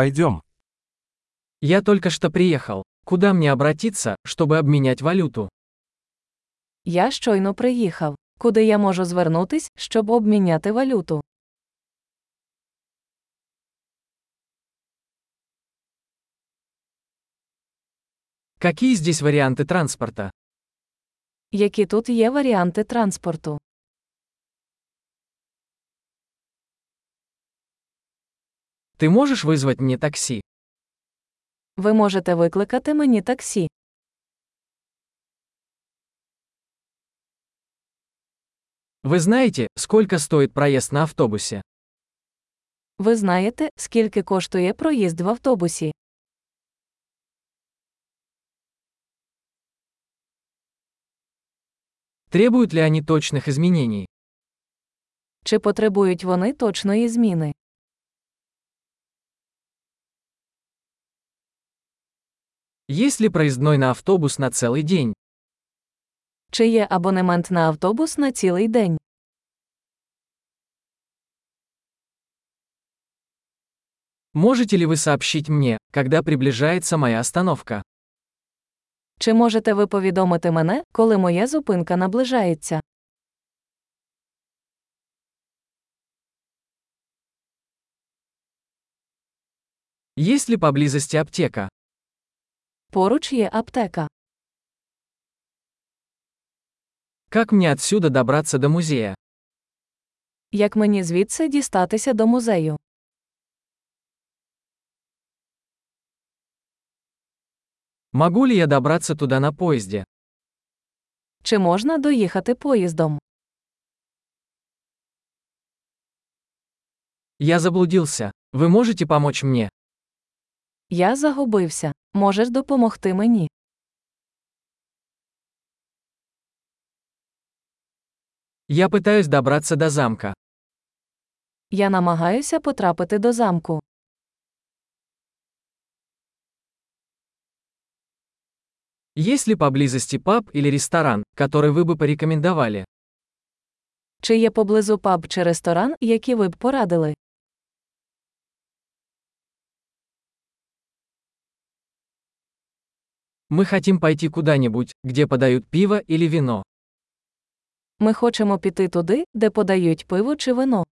Пойдем. Я только что приехал. Куда мне обратиться, чтобы обменять валюту? Я щойно приїхав. Куди я можу звернутись, щоб обміняти валюту? Какие здесь варианты транспорта? Які тут є варіанти транспорту? Ты можешь вызвать мне такси? Ви можете викликати мені таксі. Вы знаете, сколько стоит проезд на автобусе? Ви знаєте, скільки коштує проїзд в автобусі? Требуют ли они точных изменений? Чи потребують вони точної зміни? Есть ли проездной на автобус на целый день? Чи є абонемент на автобус на цілий день? Можете ли вы сообщить мне, когда приближается моя остановка? Чи можете ви повідомити мене, коли моя зупинка наближається? Есть ли поблизости аптека? Поруч є аптека. Как мне отсюда добраться до музея? Як мені звідси дістатися до музею? Могу ли я добраться туда на поезде? Чи можна доїхати поїздом? Я заблудился. Вы можете помочь мне? Я загубився. Можеш допомогти мені? Я пытаюсь добраться до замка. Я намагаюся потрапити до замку. Есть ли поблизости паб или ресторан, который вы бы порекомендовали? Чи є поблизу паб чи ресторан, які ви б порадили? Мы хотим пойти куда-нибудь, где подают пиво или вино. Ми хочемо піти туди, де подають пиво чи вино.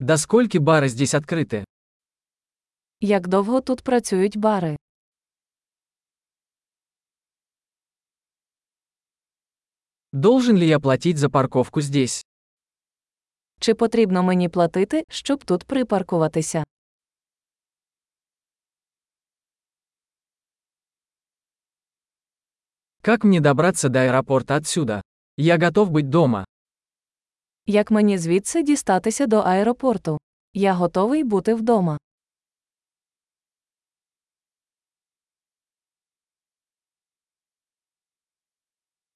До скольки бары здесь открыты? Як довго тут працюють бари? Должен ли я платить за парковку здесь? Чи потрібно мені платити, щоб тут припаркуватися? Как мне добраться до аэропорта отсюда? Я готов быть дома. Як мені звідси дістатися до аеропорту? Я готовий бути вдома.